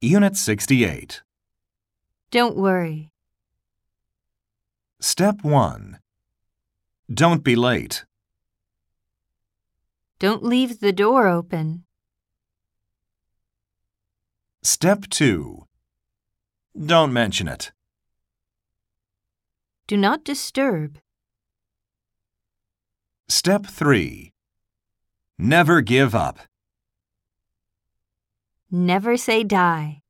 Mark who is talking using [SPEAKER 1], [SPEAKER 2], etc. [SPEAKER 1] Unit 68.
[SPEAKER 2] Don't worry.
[SPEAKER 1] Step 1. Don't be late.
[SPEAKER 2] Don't leave the door open.
[SPEAKER 1] Step 2. Don't mention it.
[SPEAKER 2] Do not disturb.
[SPEAKER 1] Step 3. Never give up.
[SPEAKER 2] Never say die.